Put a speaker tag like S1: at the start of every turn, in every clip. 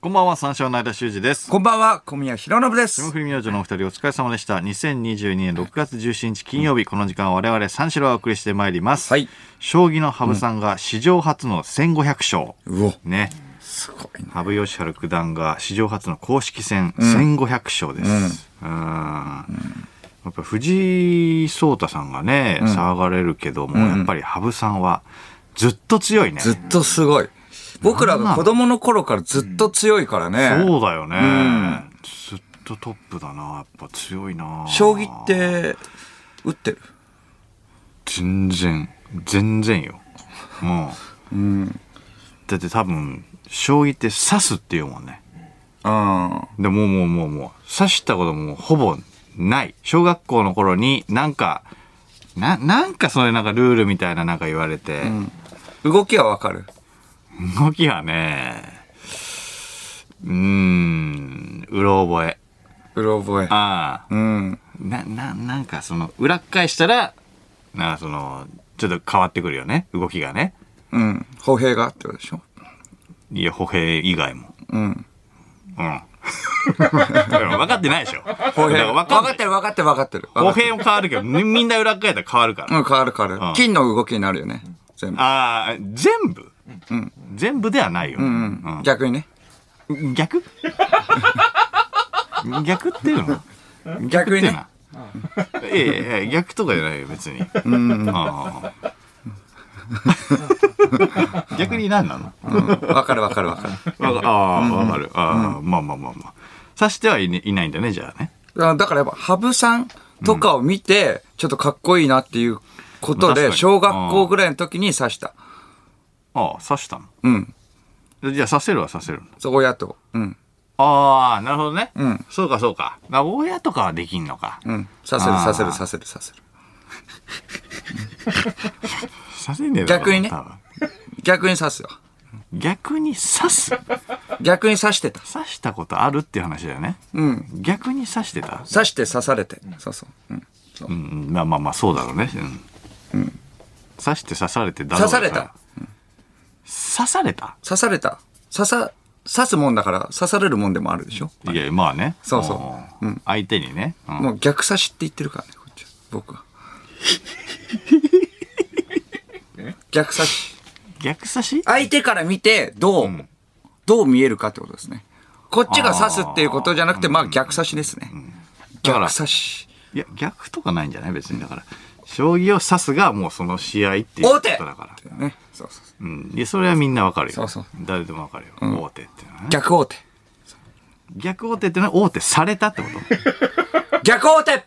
S1: こんばんは、三照の間修二です。
S2: こんばんは、小宮弘信です。
S1: 霜降り明星のお二人お疲れ様でした。2022年6月17日金曜日、この時間は我々三四郎をお送りしてまいります。
S2: はい
S1: 将棋の羽生さんが史上初の1500勝。
S2: うお、
S1: ね。
S2: すごいな。
S1: 羽生善治九段が史上初の公式戦1500勝です。うーんやっぱ藤井聡太さんがね、騒がれるけども、やっぱり羽生さんはずっと強いね。
S2: ずっとすごい。僕らが子供の頃からずっと強いからね。
S1: そうだよね。ずっとトップだな。やっぱ強いな。
S2: 将棋って、打ってる
S1: 全然全然よもうん、だって多分将棋って指すっていうもんね
S2: あ
S1: でもうもうもうもう指したことももうほぼない小学校の頃になんかななんかそういうなんかルールみたいななんか言われて、
S2: あ。動きはわかる。
S1: 動きはねうーんうろ覚え
S2: うろ覚え。
S1: ああ
S2: うん。
S1: なななんかその裏っ返したらなんかそのちょっと変わってくるよね動きがね
S2: うん。歩兵がってことでしょ
S1: いや歩兵以外も
S2: うん。
S1: うん。 分かってないでしょ。
S2: 歩兵。
S1: 分
S2: 分
S1: か
S2: か
S1: っ
S2: って
S1: る。
S2: てる分かってる分かってる。
S1: 歩兵も変わるけど、みみんな裏返ったら変わるから。
S2: うん、変わる変わ
S1: うん
S2: る。金の動きになるよね。全部。
S1: ああ、全部、全部ではないよ。
S2: うん。逆にね。
S1: うん逆逆っていうの
S2: 逆に
S1: って
S2: ね
S1: な。。いやいやいや逆とかじゃないよ、別に。あー逆に何なの
S2: うん分かる分かる分かる
S1: わかああ、わかる。ああ、まあまあまあまあ。刺してはい,、いないんだね、じゃあね。。
S2: あだからやっぱ、羽生さんとかを見て、ちょっとかっこいいなっていうこと
S1: まあ確か
S2: で、
S1: に
S2: 小学校ぐらいの時に刺した。
S1: ああ、刺したの。
S2: うん。
S1: じゃあ刺せるは刺せるの
S2: そう親と。うん。
S1: ああ、なるほどね。
S2: うん
S1: そうか、そうか。な親とかはできんのか。
S2: うん。させ
S1: あ
S2: る、
S1: ー
S2: させる、させる、させる。
S1: させねえだろ
S2: 逆にね
S1: 多分
S2: 逆に刺すよ。
S1: 逆に刺す。
S2: 逆に刺してた。
S1: 刺したことあるっていう話だよね。
S2: うん。
S1: 逆に刺してた。
S2: 刺して刺されて。そうそう。うん。
S1: うんうん、まあまあまあ、そうだろうね。うん。刺して刺されてだろう
S2: 刺
S1: から
S2: された。。
S1: 刺された
S2: 刺された。刺さ、刺すもんだから刺されるもんでもあるでしょ
S1: いや、まあね。
S2: そうそう
S1: うん。相手にね。うん
S2: もう逆刺しって言ってるからね、こっちは。僕は。逆刺し。
S1: 逆刺し
S2: 相手から見て、どう、どう見えるかってことですね。こっちが刺すっていうことじゃなくて、まあ逆刺しですね。
S1: だから
S2: 逆刺し。
S1: いや、逆とかないんじゃない別に。だから、将棋を刺すがもうその試合っていうこ
S2: 大
S1: と
S2: 手
S1: だから。
S2: ね。そうそうそう。
S1: うん。いや、それはみんなわかるよ。
S2: そうそう
S1: 誰でもわかるよ。大手っていうのはね。
S2: 逆大手。
S1: 逆王手ってのは王手されたってこ
S2: 逆大手
S1: と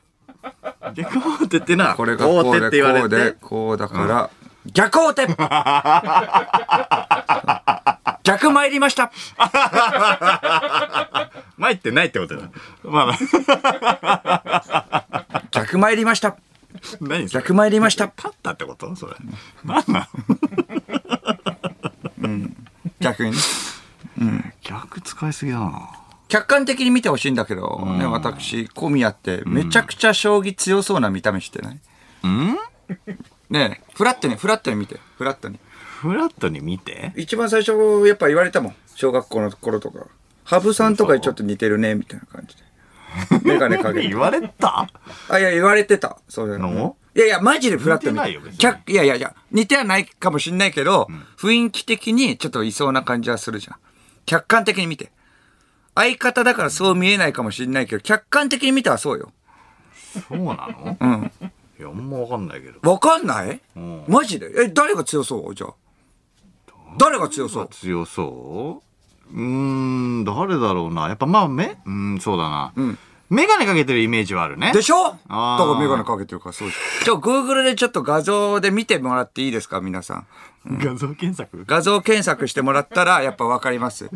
S1: 逆王手ってのは
S2: これがこ
S1: 王
S2: う
S1: 手っ
S2: で
S1: て言わ
S2: こうで
S1: れて
S2: こうだから、逆 王手逆参りました
S1: 参ってないってことだまあ
S2: 逆参りました
S1: 何それ
S2: 逆参りました
S1: 勝ったってことそれ何なの
S2: 逆にね
S1: 逆使いすぎだな
S2: 客観的に見てほしいんだけど、ね、私小宮ってめちゃくちゃ将棋強そうな見た目してないねえフラットにフラットに見てフラットに
S1: フラットに見て
S2: 一番最初やっぱ言われたもん小学校の頃とか羽生さんとかにちょっと似てるねみたいな感じで眼鏡かけて
S1: 言われた
S2: あ、いや、言われてた。そういう
S1: の
S2: の。いやいや、マジでフラッ
S1: 似
S2: ト
S1: て
S2: 見
S1: ないよ別に
S2: 客いやいやいや、似てはないかもしんないけど、雰囲気的にちょっといそうな感じはするじゃん。客観的に見て。相方だからそう見えないかもしんないけど、客観的に見たらそうよ。
S1: そうなの
S2: うん。
S1: いやあんまわかんないけど
S2: わかんない
S1: うん
S2: マジでえ、誰が強そうじゃあ。誰が強そう
S1: 強そううーん誰だろうなやっぱまあ目うんそうだなメガネかけてるイメージはあるね
S2: でしょだ
S1: あー
S2: からメガネかけてるからそうじゃん。ちょ、Google でちょっと画像で見てもらっていいですか皆さん。
S1: 画像検索
S2: 画像検索してもらったらやっぱ分かります。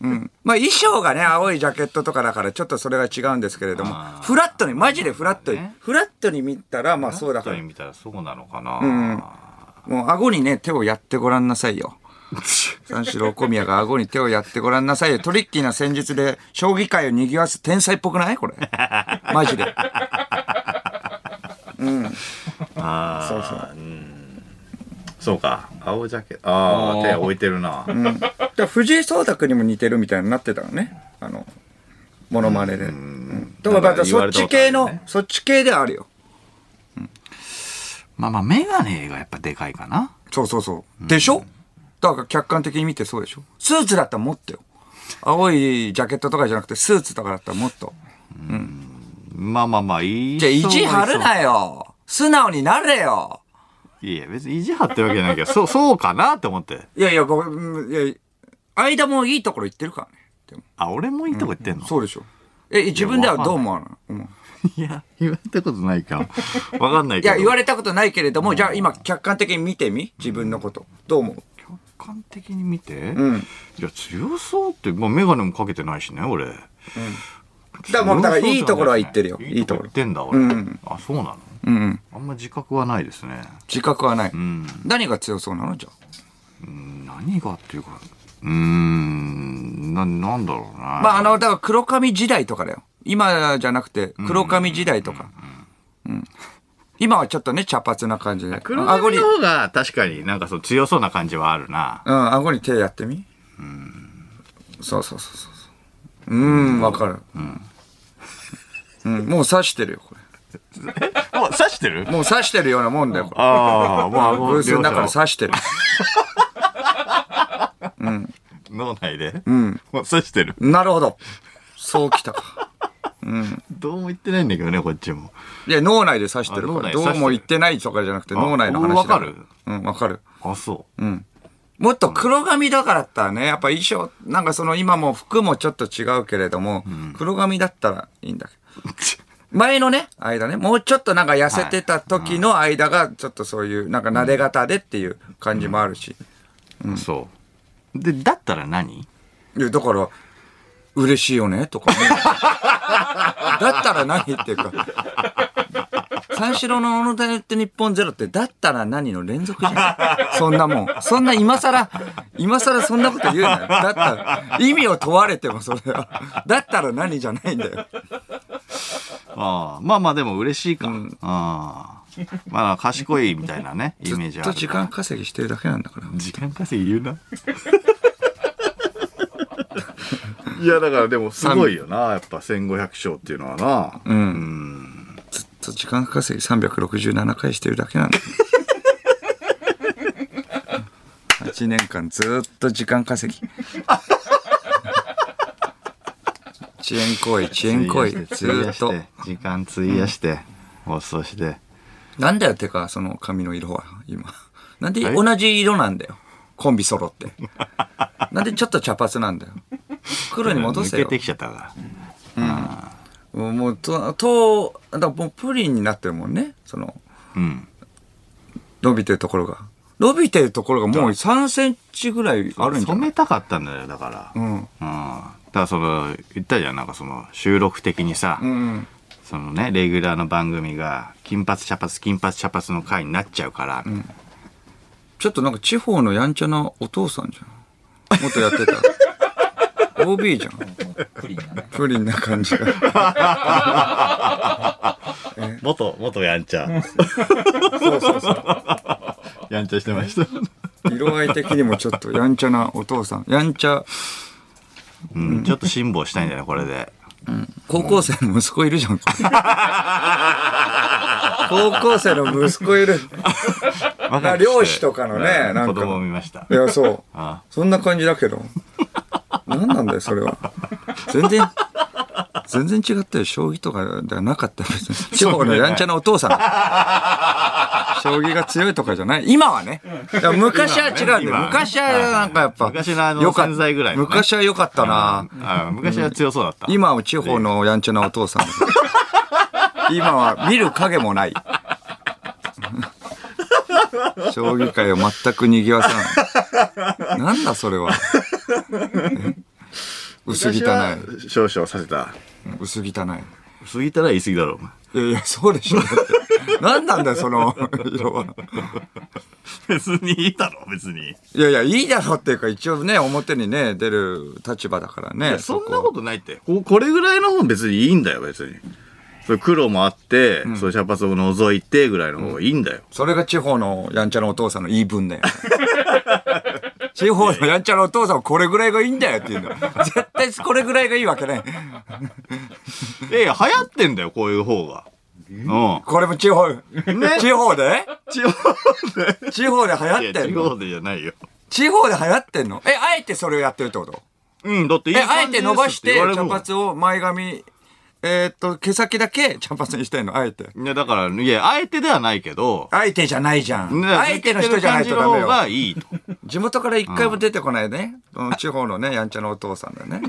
S2: うん、まあ衣装がね青いジャケットとかだからちょっとそれが違うんですけれども
S1: あー
S2: フラットにマジでフラットに、
S1: なるほどね
S2: フラットに見たらまあそうだから
S1: 見たらそうなのかな
S2: もう顎にね手をやってごらんなさいよ三四郎小宮が顎に手をやってごらんなさいよトリッキーな戦術で将棋界を賑わす天才っぽくな いこれマジで
S1: ああ
S2: そうそう
S1: そうか青ジャケああ手置いてるな、
S2: うんだから藤井聡太君にも似てるみたいになってたのねあのモノマネで、うんだからだから
S1: 言わ
S2: そっ
S1: れたことある
S2: ち系
S1: ね
S2: の、そっち系ではあるよ
S1: まあまあ眼鏡がやっぱでかいかな
S2: そうそうそうでしょだから客観的に見てそうでしょスーツだったらもっとよ青いジャケットとかじゃなくてスーツとかだったらもっと
S1: まあまあまあいい
S2: じゃあ意地張る
S1: い
S2: なよ素直になれよ
S1: いや別に意地張ってるわけじゃないけどそうそうかなって思って
S2: いやいやごめんいや間もいいところ行ってるからねでも
S1: あ俺もいいとこ言ってんの、
S2: そうでしょえ自分ではどう思わないうん
S1: いや言われたことないかもわかんない
S2: い
S1: けど
S2: や言われたことないけれども、じゃあ今客観的に見てみ自分のことどう思う
S1: 客観的に見て、
S2: うん
S1: いや強そうって、まあ、眼鏡もかけてないしね俺だか
S2: だからもうだからいいところは言ってるよい
S1: い
S2: い
S1: いと
S2: とこ
S1: ころ
S2: ろ
S1: 言ってんだ俺、
S2: うん
S1: あそうなの
S2: うんうん
S1: あんま自覚はないですね
S2: 自覚はない、
S1: うん
S2: 何が強そうなのじゃあ
S1: 何がっていうかうーんななんだろうな
S2: まああのだから黒髪時代とかだよ今じゃなくて黒髪時代とか、うん今はちょっとね茶髪な感じで
S1: 黒
S2: 顎
S1: 髪
S2: に
S1: の方が確かになんかそう強そうな感じはあるな
S2: うん、顎に手やってみ。そうそうそうそうそう。うん、わかる。うん。もう刺してるよ、これ。
S1: もう刺してる
S2: もう刺してるようなもんだよ、これ。
S1: ああもうあ
S2: ブースの中で
S1: さ
S2: 刺してる。
S1: 脳内で
S2: うん。
S1: もう刺してる
S2: なるほど。そうきたか。
S1: どうも言ってないんだけどねこっちも
S2: いや、脳内で刺してる
S1: あ
S2: か
S1: 脳内
S2: ら。
S1: で刺して
S2: ど
S1: る
S2: うも言ってないとかじゃなくて、
S1: あ
S2: 脳内の話だら
S1: わかる
S2: うん、わかる。
S1: あそう
S2: うん。もっと黒髪だからだったらね、やっぱ衣装、なんかその今も服もちょっと違うけれども、黒髪だったらいいんだけど。前のね、間ね、もうちょっとなんか痩せてた時の間が、ちょっとそういう、なんか撫で型でっていう感じもあるし。
S1: そうでだったら何
S2: いや、だから、嬉しいよね、とかね。 だったら何っていうか。三四郎のオのだよって日本ゼロって、だったら何の連続じゃん。そんなもん。そんな今更、今更そんなこと言うなよ。だったら、意味を問われてもそれは。だったら何じゃないんだよ。
S1: ああまあまあでも嬉しいか、ああまあ賢いみたいなねイ
S2: ず
S1: メージ
S2: っ
S1: ある
S2: と時間稼ぎしてるだけなんだから。
S1: 時間稼ぎ言うな いやだからでもすごいよなやっぱ1500勝っていうのはな
S2: ずっと時間稼ぎ367回してるだけなんだ よ。8年間ずっと時間稼ぎ。遅延行為、遅延行為、ず
S1: 費や
S2: っ
S1: して
S2: と。
S1: 時間費やして、放送して
S2: なんだよ、てか、その髪の色は、今。なんで同じ色なんだよ。コンビ揃って。なんでちょっと茶髪なんだよ。 黒に戻せ
S1: 抜けて。
S2: よ
S1: きちゃったから
S2: もう、もうと、と、だからもうプリンになってるもんね。その、
S1: うん
S2: 伸びてるところが。伸びてるところがもう3センチぐらいあるんじゃ
S1: 染
S2: ない
S1: めたかったんだよだから
S2: う
S1: うん、
S2: ん。
S1: だからその言ったじゃんなんかその収録的にさ、
S2: うん。
S1: そのねレギュラーの番組が金髪茶髪金髪茶髪の回になっちゃうから、みたいな
S2: ちょっとなんか地方のやんちゃなお父さんじゃん。元やってた。OB じゃん。プリンな感じが。
S1: 元元やんちゃ
S2: そうそうそう。
S1: やんちゃしてました
S2: 色合い的にもちょっとやんちゃなお父さん。やんちゃ、
S1: うん、ちょっと辛抱したいんだよねこれで
S2: 高校生の息子いる じゃん。これ高校生の息子いる。
S1: 若くして
S2: 漁師とかのね
S1: うん
S2: なんか
S1: 子供を見ました
S2: いや、そう。
S1: あ
S2: そんな感じだけど。何なんだよ、それは。全然、全然違ったよ。将棋とかではなかったよ別に地方のやんちゃなお父さん。将棋が強いとかじゃない。今はね。いや昔は違うんだよ
S1: 今はね
S2: 昔はなんかやっぱ。
S1: 昔のあの
S2: よかっ
S1: 潜在ぐらいのね
S2: 昔は良かったな。
S1: あ昔は強そうだった、
S2: 今は地方のやんちゃなお父さん。今は見る影もない。将棋界を全く賑わさない。なんだそれは。薄汚い
S1: 昔。は少々させた
S2: 薄汚い。
S1: 過ぎたら言い過ぎだろお前
S2: いやいや、そうでしょ。だって何なんだよ、その色は。
S1: 別にいいだろ別に
S2: いやいや、いいだろっていうか、一応ね、表にね、出る立場だからね。
S1: そん
S2: こ
S1: な
S2: は
S1: ことないってここれぐらいの本別にいいんだよ別にそれ黒もあって、そう茶髪を除いてぐらいの方がいいんだよ。
S2: それが地方のやんちゃなお父さんの言い 分だよ。地方のやんちゃなお父さんはこれぐらいがいいんだよっていうの。絶対これぐらいがいいわけない。
S1: いやいや、流行ってんだよ、こういう方が。うん。
S2: これも地方、地方で
S1: 地方で。
S2: 地方で流行っ
S1: いや
S2: て
S1: 地
S2: んの
S1: 方でじゃ ないよ。
S2: 地方で流行ってんのえ、あえてそれをやってるってこと
S1: うん、だっていい
S2: え、
S1: 感じ
S2: あえて伸ばし
S1: ですって
S2: て、茶
S1: 言われる
S2: 髪を前髪、えーっと、毛先だけ 茶髪にしてんのあえて。
S1: もんいや、だから、いや、あえてではないけど、
S2: あえてじゃないじゃん。
S1: ね
S2: あえての人じゃないとダメ
S1: 言ってる感じの方
S2: よ。
S1: がいいと。
S2: 地元から一回も出てこないね、この地方のねやんちゃなお父さんだよね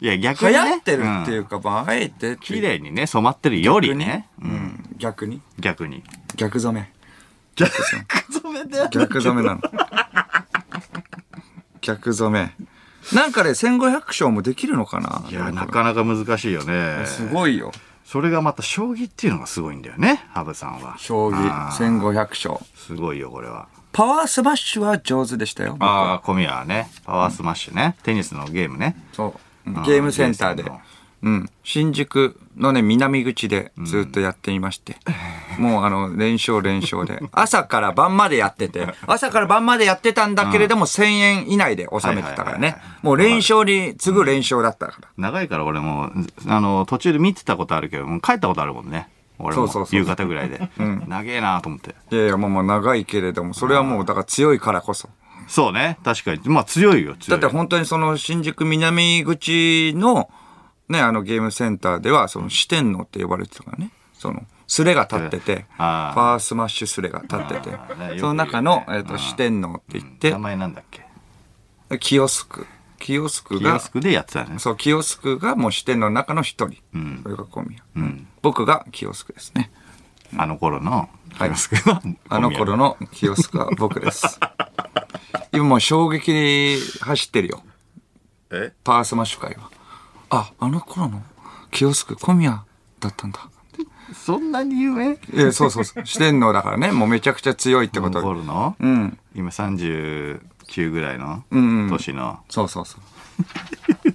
S1: い や、逆
S2: 流
S1: にね。。
S2: 行ってるっていううか、まああえてって
S1: 綺
S2: いう
S1: 麗にね、染まってるよりね。う
S2: うんん逆に
S1: 逆に。
S2: 逆染め
S1: 逆染めではない
S2: 逆染め なの逆染めなんかね1500章もできるのかない
S1: いや、なかなか難しいよね。
S2: すごいよ
S1: それがまた将棋っていうのがすごいんだよね、羽生さんは。
S2: 将棋
S1: あー
S2: 1500章
S1: すごいよ、これは。
S2: パワースマッシュは上手でしたよ僕は
S1: ああ、小宮はね、パワースマッシュね、テニスのゲームね。
S2: そう
S1: あー
S2: ゲームセンターで
S1: ゲームセンターの、
S2: うん、新宿のね南口でずっとやっていまして、もうあの連勝連 勝で朝から晩までやってて朝から晩までやってたんだけれども、1000円以内で収めてたから
S1: はいはい
S2: ね
S1: はい
S2: もう連勝に次ぐ連勝だったから、
S1: 長いから俺も、あの、途中で見てたことあるけど、もう帰ったことあるもんね。俺も
S2: そうそうそう
S1: 夕方ぐらいで。長えなと思って。
S2: いやいやもうもう長いけれどもそれはもうだから強いからこそ
S1: そうね、確かに。まあ強いよ、
S2: だ
S1: 強
S2: っ
S1: い。
S2: て本当にその新宿南口のねあのゲームセンターではその四天王って呼ばれてたからねそのスレが立ってて
S1: あー
S2: パワースマッシュスレが立っ
S1: あ
S2: てて
S1: ーねよく言うね
S2: その中の、えー、
S1: あー
S2: と四天王って
S1: 名
S2: 言っ
S1: 前なんだっけ
S2: てキヨスクキヨスク
S1: キオ
S2: が
S1: スクでやってたね。
S2: そうキヨスクがもう四天王の中の一人、
S1: ん
S2: それが小宮、
S1: ん
S2: 僕がキヨスクですね
S1: あの頃の、キ
S2: はい
S1: オスクが
S2: あの頃のキヨスクは僕です 今もう衝撃に走ってるよ
S1: え
S2: パワースマッシュ会は。あ、あの頃のキオスク小宮だったんだ。
S1: そんなに有名
S2: えそうそ うそう。四天王だからね、もうめちゃくちゃ強いって
S1: あ
S2: こ
S1: の
S2: と。
S1: 頃の
S2: うん。
S1: 今39ぐらいの
S2: んうん
S1: 年の
S2: そうそうそう。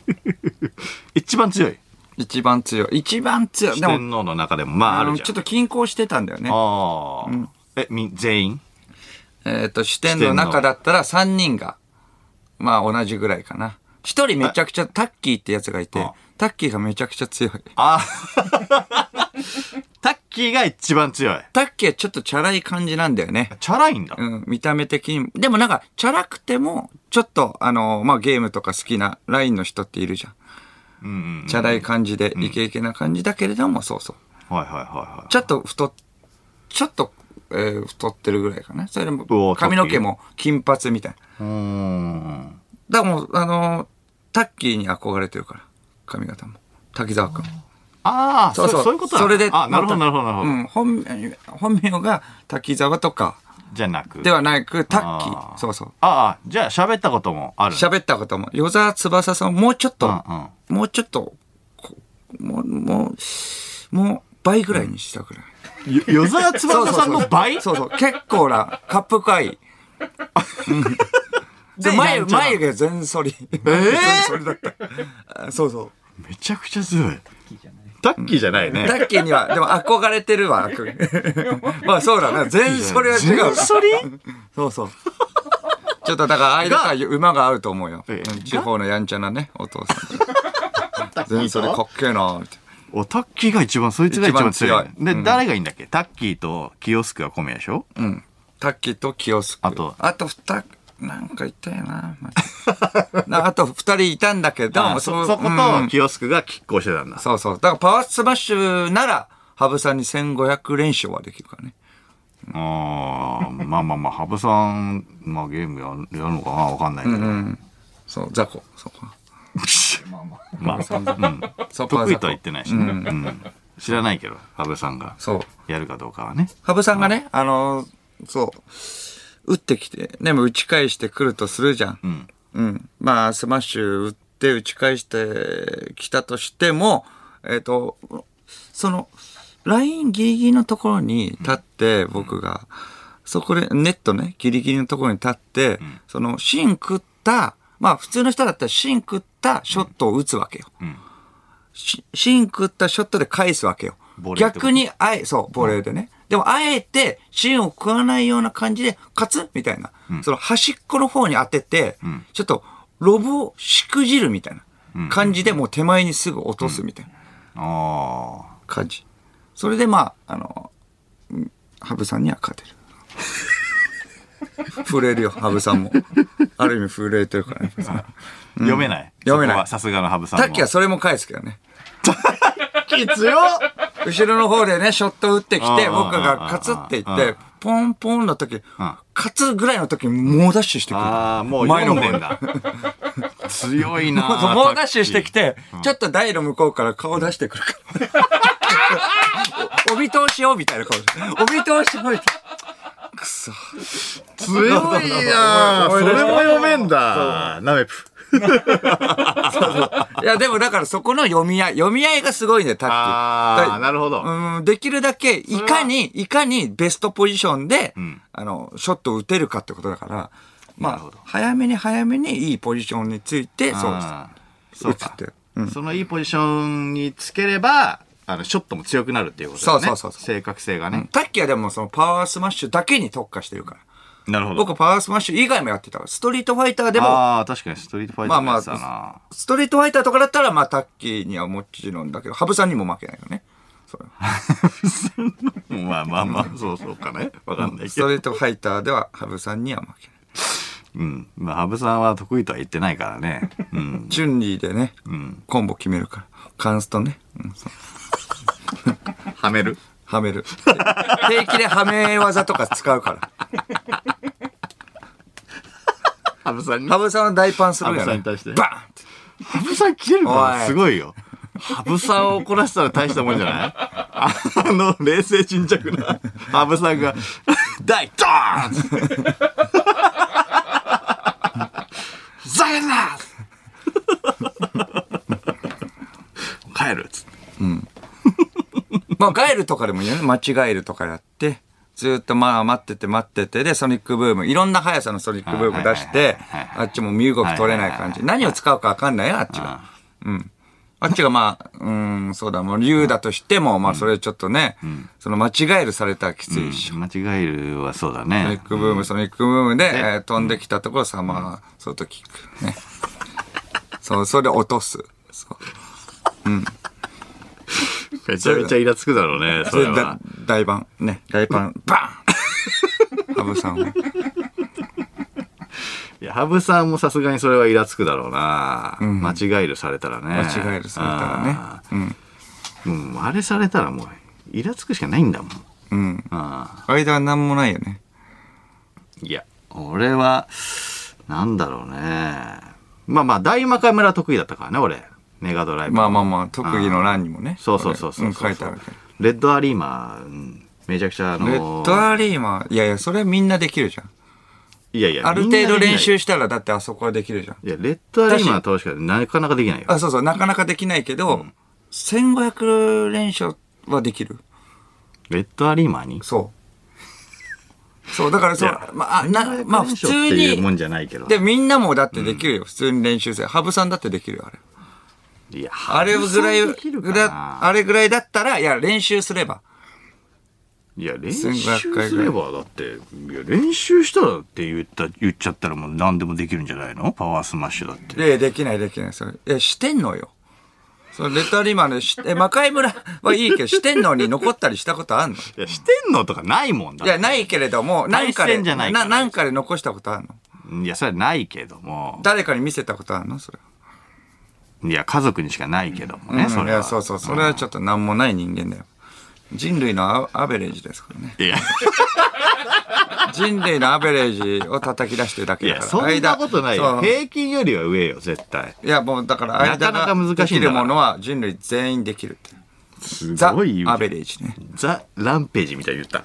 S1: 一番強い
S2: 一番強い。一番強
S1: 四
S2: い。で
S1: 天
S2: も、
S1: 王の中でもまああ
S2: あ
S1: る
S2: の
S1: じゃん
S2: ちょっと均衡してたんだよね。
S1: ああ、えみ全員
S2: えっ、と、四天王の中だったら3人が、まあ同じぐらいかな。一人めちゃくちゃタッキーってやつがいて
S1: あ、
S2: タッキーがめちゃくちゃ強い。
S1: あ ータッキーが一番強い
S2: タッキーはちょっとチャラい感じなんだよね。
S1: チャラいんだ、
S2: うん、見た目的にも。でもなんか、チャラくても、ちょっと、あの、まあ、ゲームとか好きなラインの人っているじゃん。
S1: うんうん
S2: チャラい感じで、イケイケな感じだけれども、そうそう。
S1: はいはいはいはい
S2: ちょっと太っ、ちょっと、えー太ってるぐらいかな。それで
S1: う
S2: も、
S1: わ
S2: 髪の毛も金髪みたいな。
S1: うーん
S2: だからもう、あの、タッキーに憧れてるから、髪型も。滝沢くん。
S1: ああそうそういうことだ
S2: それで、
S1: あなるほどなるほどなるほど、
S2: うん、本名、本名が滝沢とか
S1: じゃなく
S2: ではなく、タッキ
S1: あ
S2: ー。
S1: ー
S2: そうそう。
S1: ああじゃあ喋ったこともある
S2: 喋ったことも、与沢翼さんもうちょっと、
S1: うんうん
S2: もうちょっと、こもう、もう、もう倍ぐらいにしたくらい。
S1: よ与沢翼さんの倍
S2: そうそう、結構な、カップ会。うん
S1: で
S2: で、眉、
S1: やんちゃな
S2: 眉毛全剃り。え剃りだった。あそうそう。
S1: めちゃくちゃ強いタッキーじゃないね
S2: タッキーには、でも憧れてるわ。 まあそうだな。全剃りは違う。
S1: それ
S2: そうそう。ちょっとだから、間が馬が合うと思うよ。
S1: ええ
S2: うん地方のやんちゃなね、お父さん。全剃りかっけえなみたいな。
S1: おタッキーが一番そいつが一番強い
S2: 一番強い
S1: で、
S2: うん
S1: 誰がいいんだっけタッキーとキヨスクは小宮でしょ
S2: うん。タッキーとキヨスク。
S1: あと
S2: あと二、なんかいたよな。まあなあと二人いたんだけど、
S1: あ
S2: う
S1: そそこ
S2: う
S1: と
S2: ん
S1: キヨスクが拮抗してたんだ、
S2: そうそう。だからパワースマッシュなら、羽生さんに1500連勝はできるからね。
S1: ああまあまあまあ羽生さん、まあ、ゲームやるやるのかなわかんないけど、
S2: うん。そう、雑魚。そこは。
S1: まあ、うん、
S2: そこは
S1: 得
S2: 雑
S1: 意とは言
S2: 魚
S1: っ。てないし、ねうん知らないけど羽生さんが
S2: そう。
S1: やるかどうかはね
S2: 羽生さんがね、あのーそう、打ってきて、ね、もう打ち返してくるとするじゃん。
S1: ん
S2: うんまあ、スマッシュ打って打ち返してきたとしても、えっ、と、その、ラインギリギリのところに立って、僕が、そこで、ネットね、ギリギリのところに立って、その、芯食った、まあ、普通の人だったら芯食ったショットを打つわけよ。
S1: ん
S2: し芯食ったショットで返すわけよ
S1: ボレーってこと
S2: 逆にあえそうボレーでね、でもあえて芯を食わないような感じで勝つみたいな、その端っこの方に当てて、ちょっとロブをしくじるみたいな感じでもう手前にすぐ落とすみたいな
S1: あ
S2: 感じ、それでまああのうん羽生さんには勝 てる震えるよ羽生さんもある意味震えてるからね
S1: ー読めない。
S2: 読めな
S1: そ
S2: い
S1: こはさすがの羽生さんも。
S2: タッキーはそれも返すけどね
S1: キ強
S2: 後ろの方でね、ショット打ってきて、
S1: うん
S2: 僕がカツって言っ
S1: う
S2: て、ポンポンの時、カツぐらいの時、猛ダッシュしてくる。
S1: ああ、もう
S2: 前
S1: 読
S2: の
S1: ん
S2: 方
S1: でん
S2: に。
S1: だ。強いな
S2: そう そう猛ダッシュしてきて、ちょっと台の向こうから顔出してくるから。おお見通しよ、みたいな顔して。お見通しよ、みたいな。くそ。
S1: タッキー 強いなー
S2: 思い出した
S1: 読めんだ。ナメプ。
S2: いや、でもだからそこの読み合い、読み合いがすごいね、タッキー。だ
S1: あ
S2: か
S1: あ、
S2: ら
S1: なるほど。
S2: うん、できるだけ、いかに、いかにベストポジションで、
S1: ん
S2: あの、ショットを打てるかってことだから、
S1: なる
S2: ま
S1: ほど
S2: あ、早めに早めにいいポジションについて、そうです。
S1: あーそう
S2: 打つ
S1: か
S2: って。
S1: そのいいポジションにつければ、あの、ショットも強くなるっていうことだよね。
S2: そうそうそうそう
S1: 正確性がね。
S2: タッキーはでもそのパワースマッシュだけに特化してるから。
S1: なるほ
S2: 僕はパワースマッシュ以外もやってたから、ストリートファイターでも、
S1: ああ、確かにストリートファイターのやつだな。
S2: まストリートファイターとかだったら、まあタッキーにはもちろんだけど、ハブさんにも負けないよね。それ
S1: まあまあまあ、そうそうかね。わかんない
S2: ス
S1: けど
S2: ト。リートファイターではハブさんには負けない。
S1: うん。まあ、羽生さんは得意とは言ってないからね。うん。
S2: チュンリーでね、コンボ決めるから。カンスとね。うんそう
S1: はめる。
S2: はめる。 平気ではめ技とか使うから。
S1: 羽生さんに。
S2: 羽生さんは大パンするやろ。
S1: 羽生さんに対して
S2: バーンって
S1: 羽生さん切れる
S2: お
S1: か
S2: い
S1: すごいよ。羽生さんを怒らせたら大したもんじゃないあの、冷静沈着な羽生さんが、大ドーンふざけんな帰るっつって。
S2: まあ、ガエルとかでもいいよね。間違えるとかやって、ずーっとまあ待ってて待ってて、で、ソニックブーム、いろんな速さのソニックブーム出して
S1: はいはいはい、はい
S2: あっちも身動き取れない感じ。何を使うかわかんないな、あっちが。うん。あっちがまあ、うーん、そうだ、もう竜だとしても、まあそれちょっとね、その間違えるされたらきついし。
S1: 間違えるはそうだ
S2: ソニ
S1: ね
S2: ッ。クブーム、ソニックブームで、えー飛んできたところ、サマーソートキック。ね。そう、それで落とす。そう。
S1: めちゃめちゃイラつくだろうね、そ
S2: それ
S1: れ
S2: でだ
S1: は。
S2: 大盤、ね、大盤、バー ン羽生さんをね。
S1: いや、羽生さんもさすがにそれはイラつくだろうな。間違えるされたらね。
S2: 間違えるされたらね。
S1: うん。もうあれされたらもう、イラつくしかないんだもん。
S2: うん。うん。
S1: ああ。
S2: 間は何もないよね。
S1: いや、俺は、なんだろうね。まあまあ、大魔界村得意だったからね、俺。メガドライブ。
S2: まあまあまあ、特技の欄にもね。
S1: そうそうそうそう。
S2: ん書いてあるけど。
S1: レッドアリーマー、うんめちゃくちゃあのー
S2: レッドアリーマー、いやいや、それはみんなできるじゃん。
S1: いやいや、
S2: ある
S1: みんな
S2: 程度
S1: できない
S2: 練習したら、だってあそこはできるじゃん。
S1: いや、レッドアリーマーは倒しかなかなかできないよ。
S2: あ、そうそう、なかなかできないけど、1500連勝はできる。
S1: レッドアリーマーに
S2: そう。そう、だからそ
S1: いうや、
S2: まあ、な、まあ普通
S1: っていうもん
S2: に、
S1: じゃないけど。
S2: で、みんなもだってできるよ。普通に練習生。羽生さんだってできるよ、あれ。
S1: いや、
S2: あれぐらい、
S1: できるか
S2: ぐら
S1: な
S2: あれぐらいだったら、いや、練習すれば。
S1: いや、練習す
S2: 1500回ぐらい
S1: れば、だって、いや、練習したらって言った、言っちゃったらもう何でもできるんじゃないのパワースマッシュだって。
S2: で、できないできない。それ。え、してんのよ。そのレタリーマンでし、え、魔界村はいいけど、してんのに残ったりしたことあんの
S1: いや、してんのとかないもんだって
S2: いや、ないけれども、なんか
S1: 対
S2: で、
S1: 戦じゃないから
S2: なんかで残したことあんの
S1: いや、それはないけども。
S2: 誰かに見せたことあんのそれ。
S1: いや、家族にしかないけどもね、
S2: うん
S1: それ
S2: い
S1: は。
S2: や、そうそう。それはちょっとなんもない人間だよ。人類のアアベレージですからね。
S1: いや、
S2: 人類のアベレージを叩き出してるだ
S1: い
S2: けだ
S1: や
S2: から。
S1: そんなことないよ。
S2: 間そう
S1: 平均よりは上よ、絶対。
S2: いや、もうだから間
S1: なかなか
S2: が
S1: 難しいんだか
S2: で
S1: ら
S2: きるものは人類全員できるって。
S1: す
S2: ザ・
S1: ごい
S2: アベレージね。
S1: ザ・ランページみたいに言った。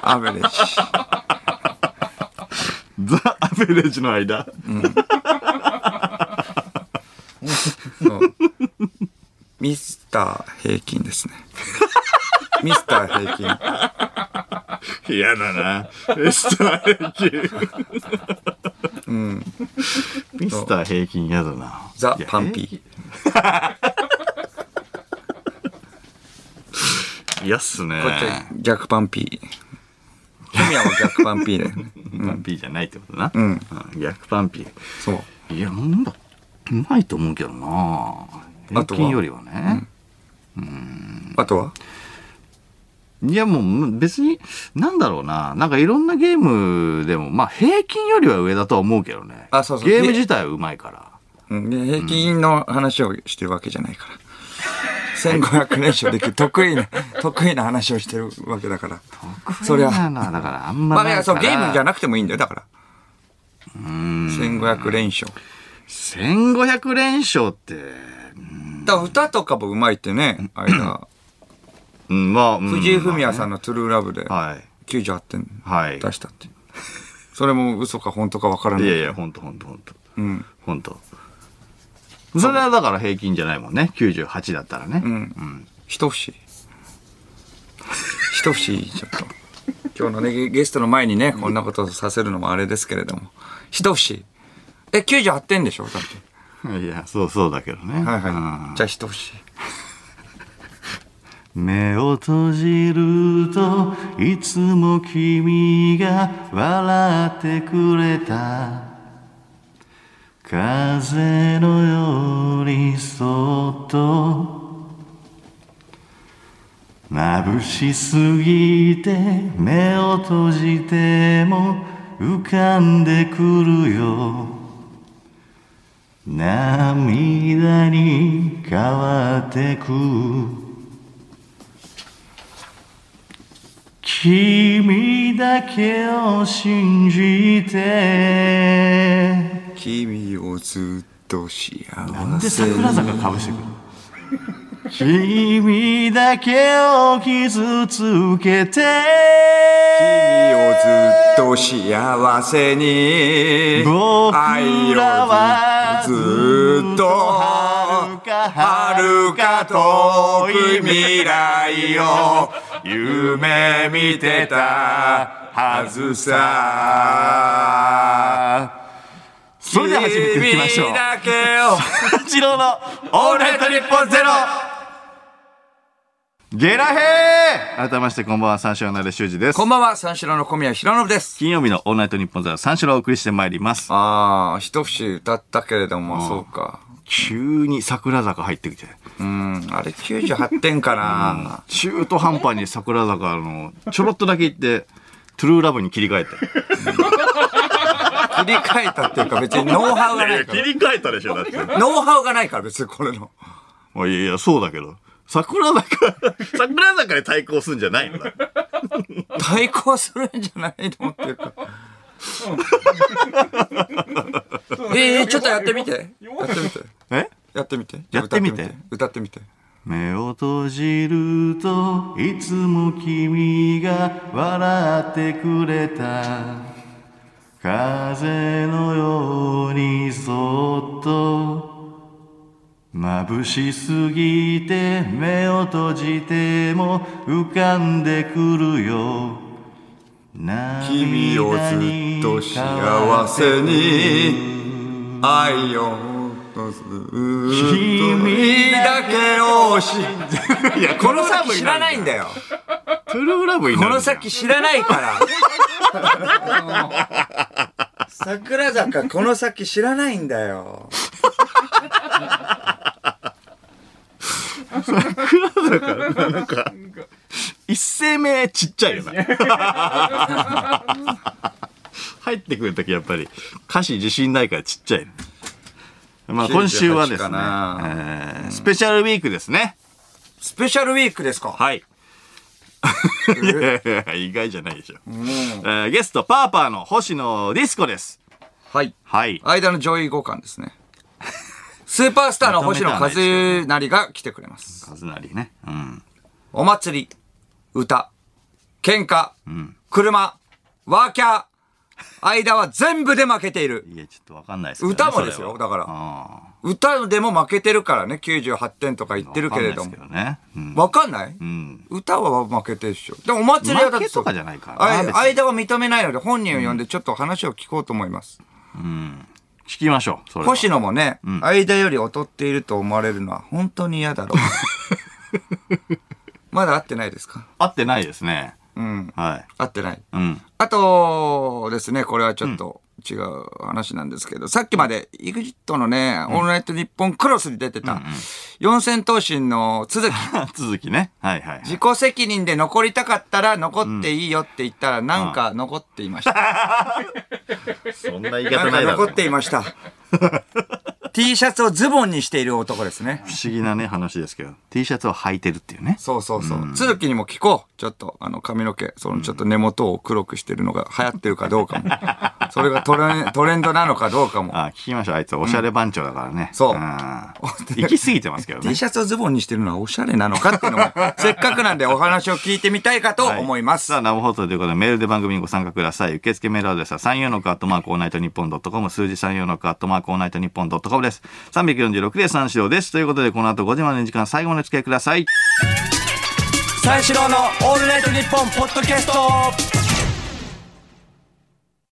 S2: アベレージ。
S1: ザ・アベレージの間。
S2: そうミスター平均ですね。ミスター平均。
S1: 嫌だな。ミスター平均。ミスター平均嫌だな。
S2: ザ
S1: いや
S2: パンピー
S1: 平均嫌っすね
S2: こっちは逆パンピー。小宮は逆パンピーだよ ね。
S1: パンピーじゃないってことな、
S2: うん
S1: うん逆パンピ
S2: そう。
S1: ーいやなんだうまいと思うけどな平
S2: あとは
S1: 均よりはね
S2: あとはい
S1: やもうむ別になんだろうななんかいろんなゲームでもまあ平均よりは上だとは思うけどね
S2: あそうそう
S1: ゲーム自体はうまいから
S2: うんで平均の話をしてるわけじゃないから。1500連勝できる得意な、得意な話をしてるわけだから。そりゃ
S1: 得意なのはだからあん
S2: ま
S1: ま
S2: あ、い
S1: ない
S2: や、
S1: か
S2: そう、
S1: ら
S2: ゲームじゃなくてもいいんだよ、だから。
S1: うん
S2: 1500連勝。
S1: 1500連勝って
S2: だから歌とかもうまいってね、あれだ。
S1: うんまあ、うん
S2: 藤井フミヤさん
S1: ま
S2: のトゥルーラブで
S1: あねはい
S2: 98点
S1: はい
S2: 出したって。それも嘘か本当かわからない。
S1: いやいや、ほんとほんとほんと。
S2: うん。
S1: ほんと。それはだから平均じゃないもんね。98だったらね。
S2: うん。
S1: うん。
S2: 一節。一節、ちょっと。今日のね、ゲゲストの前にね、こんなことをさせるのもあれですけれども。一節。え、98点でしょだって。
S1: いや、そうそうだけどね。
S2: はい
S1: うん
S2: はい。じゃあ一節。
S1: 目を閉じるといつも君が笑ってくれた風のようにそっと眩しすぎて目を閉じても浮かんでくるよ涙に変わってく君だけを信じて
S2: 君をずっと幸
S1: で
S2: せに
S1: 桜坂かぶしてくる君だけを傷つけて
S2: 君をずっと幸せに
S1: 僕
S2: 愛
S1: ら
S2: を
S1: は
S2: ずっと
S1: は
S2: 遥か遠い未来を夢見てたはずさ
S1: それでは始めていきましょう
S2: 君だけを
S1: 三四郎のオールナイトニッポンゼロゲラヘー改めましてこんばんは三四郎の安部修二です
S2: こんばんは三四郎の小宮浩信です
S1: 金曜日のオールナイトニッポンゼロ三四郎をお送りしてまいります
S2: ああ一節歌ったけれども、そうか
S1: 急に桜坂入ってきて
S2: うんあれ98点かな、
S1: 中途半端に桜坂のちょろっとだけ行ってトゥルーラブに切り替えた
S2: 切り替えたっていうか別にノウハウがないから。
S1: り替えたでしょだって
S2: ノウハウがないから別にこれの。
S1: いやいやそうだけど桜坂桜坂で対抗するんじゃないのだ
S2: 対抗するんじゃないのっていうか。えー、ちょっとやってみて。やってみて。
S1: え
S2: やってみて。
S1: やってみて
S2: 歌ってみて。
S1: 目を閉じるといつも君が笑ってくれた風のようにそっと眩しすぎて目を閉じても浮かんでくるよ
S2: 君をずっと幸せに愛をずっと君だけを信じ
S1: いや
S2: この先知らないんだよ。
S1: トゥルーラブに
S2: この先知らない から。桜坂、この先知らないんだよ。
S1: 一声目ちっちゃいよな。入ってくるときやっぱり歌詞自信ないからちっちゃいね。まあ今週はです
S2: 98か
S1: ね、え
S2: な
S1: ースペシャルウィークですね。
S2: スペシャルウィークですか
S1: はい。いやいやい や意外じゃないでしょ。えーゲストパーパーの星野ディスコです。
S2: はい。
S1: はい。
S2: 間の上位互換ですね。 スーパースターの星野和成が来てくれます。
S1: カズナリね。うん。
S2: お祭り、歌、喧嘩、車、ワーキャー、間は全部で負けている。
S1: いや、ちょっとわかんないですけどね、
S2: 歌もですよ
S1: それは
S2: だから
S1: あ
S2: 歌でも負けてるからね、98点とか言
S1: ー
S2: ってるけれども
S1: わ。かんないですけどね。
S2: わかんない、
S1: ん
S2: 歌は負けてるっしょ。でもお祭りはだってそう
S1: 負けとかじゃないからな
S2: あい
S1: 別に
S2: 間は認めないので本人を呼んでちょっと話を聞こうと思います。
S1: うん。うん。聞きましょう。それは
S2: 星野もね、
S1: ん
S2: 間より劣っていると思われるのは本当に嫌だろう。 まだ会ってないですか
S1: 合ってないですね。
S2: うん。
S1: はい。
S2: 会ってない。
S1: うん。
S2: あとですね、これはちょっと違う話なんですけど、さっきまで EXIT のね、オールナイトニッポンクロスに出てた、四千頭身の 都築。
S1: 続きね。はいはい。
S2: 自己責任で残りたかったら残っていいよって言ったら、なんか残っていました。
S1: そんな言い
S2: な
S1: 方
S2: んか
S1: ないだろ
S2: 残
S1: う。
S2: ってい ました。T シャツをズボンにしている男ですね。
S1: 不思議なね、話ですけど。T シャツを履いてるっていうね。
S2: そうそうそう。鶴木にも聞こう。ちょっと、あの、髪の毛、そのちょっと根元を黒くしてるのが流行ってるかどうかも。 それがトレントレンドなのかどうかも。
S1: あ、聞きましょう。あいつ、おしゃれ番長だからね。
S2: そうん
S1: 行き過ぎてます けど
S2: T
S1: ね。
S2: シャツをズボンにしてるのはおしゃれなのかっていうのも、 せっかくなんでお話を聞いてみたいかと思います。
S1: さあ、生放送ということで、メールで番組にご参加ください。受付メールアドレスは34のカットマークオールナイトニッポンドットコム、数字34のカットマークオールナイトニッポンドットコムです。346で三四郎です。ということで、この後5時までの時間、最後までお付き合いください。
S2: 三四郎のオールナイトニッポンポッドキャスト